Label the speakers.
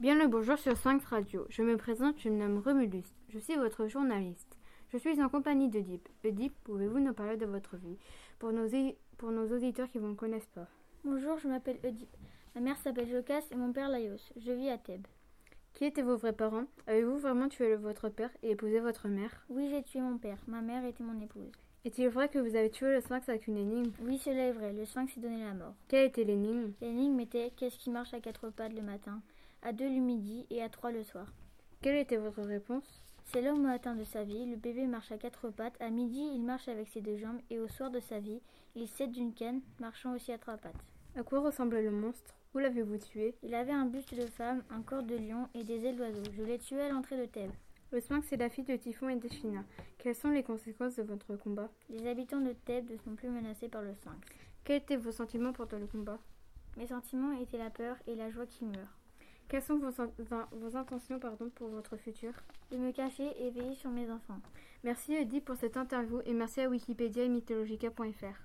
Speaker 1: Bien le bonjour sur 5 Radio. Je me présente, je me nomme Romulus. Je suis votre journaliste. Je suis en compagnie d'Oedipe. Oedipe, pouvez-vous nous parler de votre vie pour nos, pour nos auditeurs qui ne vous connaissent pas
Speaker 2: Bonjour, je m'appelle Oedipe. Ma mère s'appelle Jocasse et mon père Laios. Je vis à Thèbes.
Speaker 1: Qui étaient vos vrais parents Avez-vous vraiment tué le- votre père et épousé votre mère
Speaker 2: Oui, j'ai tué mon père. Ma mère était mon épouse.
Speaker 1: Est-il vrai que vous avez tué le sphinx avec une énigme
Speaker 2: Oui, cela est vrai. Le sphinx s'est donné la mort.
Speaker 1: Quelle était l'énigme
Speaker 2: L'énigme était qu'est-ce qui marche à quatre pattes le matin, à deux le midi et à trois le soir.
Speaker 1: Quelle était votre réponse
Speaker 2: C'est là au matin de sa vie, le bébé marche à quatre pattes, à midi il marche avec ses deux jambes et au soir de sa vie, il cède d'une canne, marchant aussi à trois pattes.
Speaker 1: À quoi ressemblait le monstre Où l'avez-vous tué
Speaker 2: Il avait un buste de femme, un corps de lion et des ailes d'oiseau. Je l'ai tué à l'entrée de Thèbes.
Speaker 1: Le sphinx est la fille de Typhon et d'Échina. Quelles sont les conséquences de votre combat
Speaker 2: Les habitants de Thèbes ne sont plus menacés par le sphinx.
Speaker 1: Quels étaient vos sentiments pendant le combat
Speaker 2: Mes sentiments étaient la peur et la joie qui meurent.
Speaker 1: Quelles sont vos, sen- in- vos intentions pardon, pour votre futur
Speaker 2: de me cacher et veiller sur mes enfants.
Speaker 1: Merci Eddie pour cette interview et merci à Wikipédia et Mythologica.fr.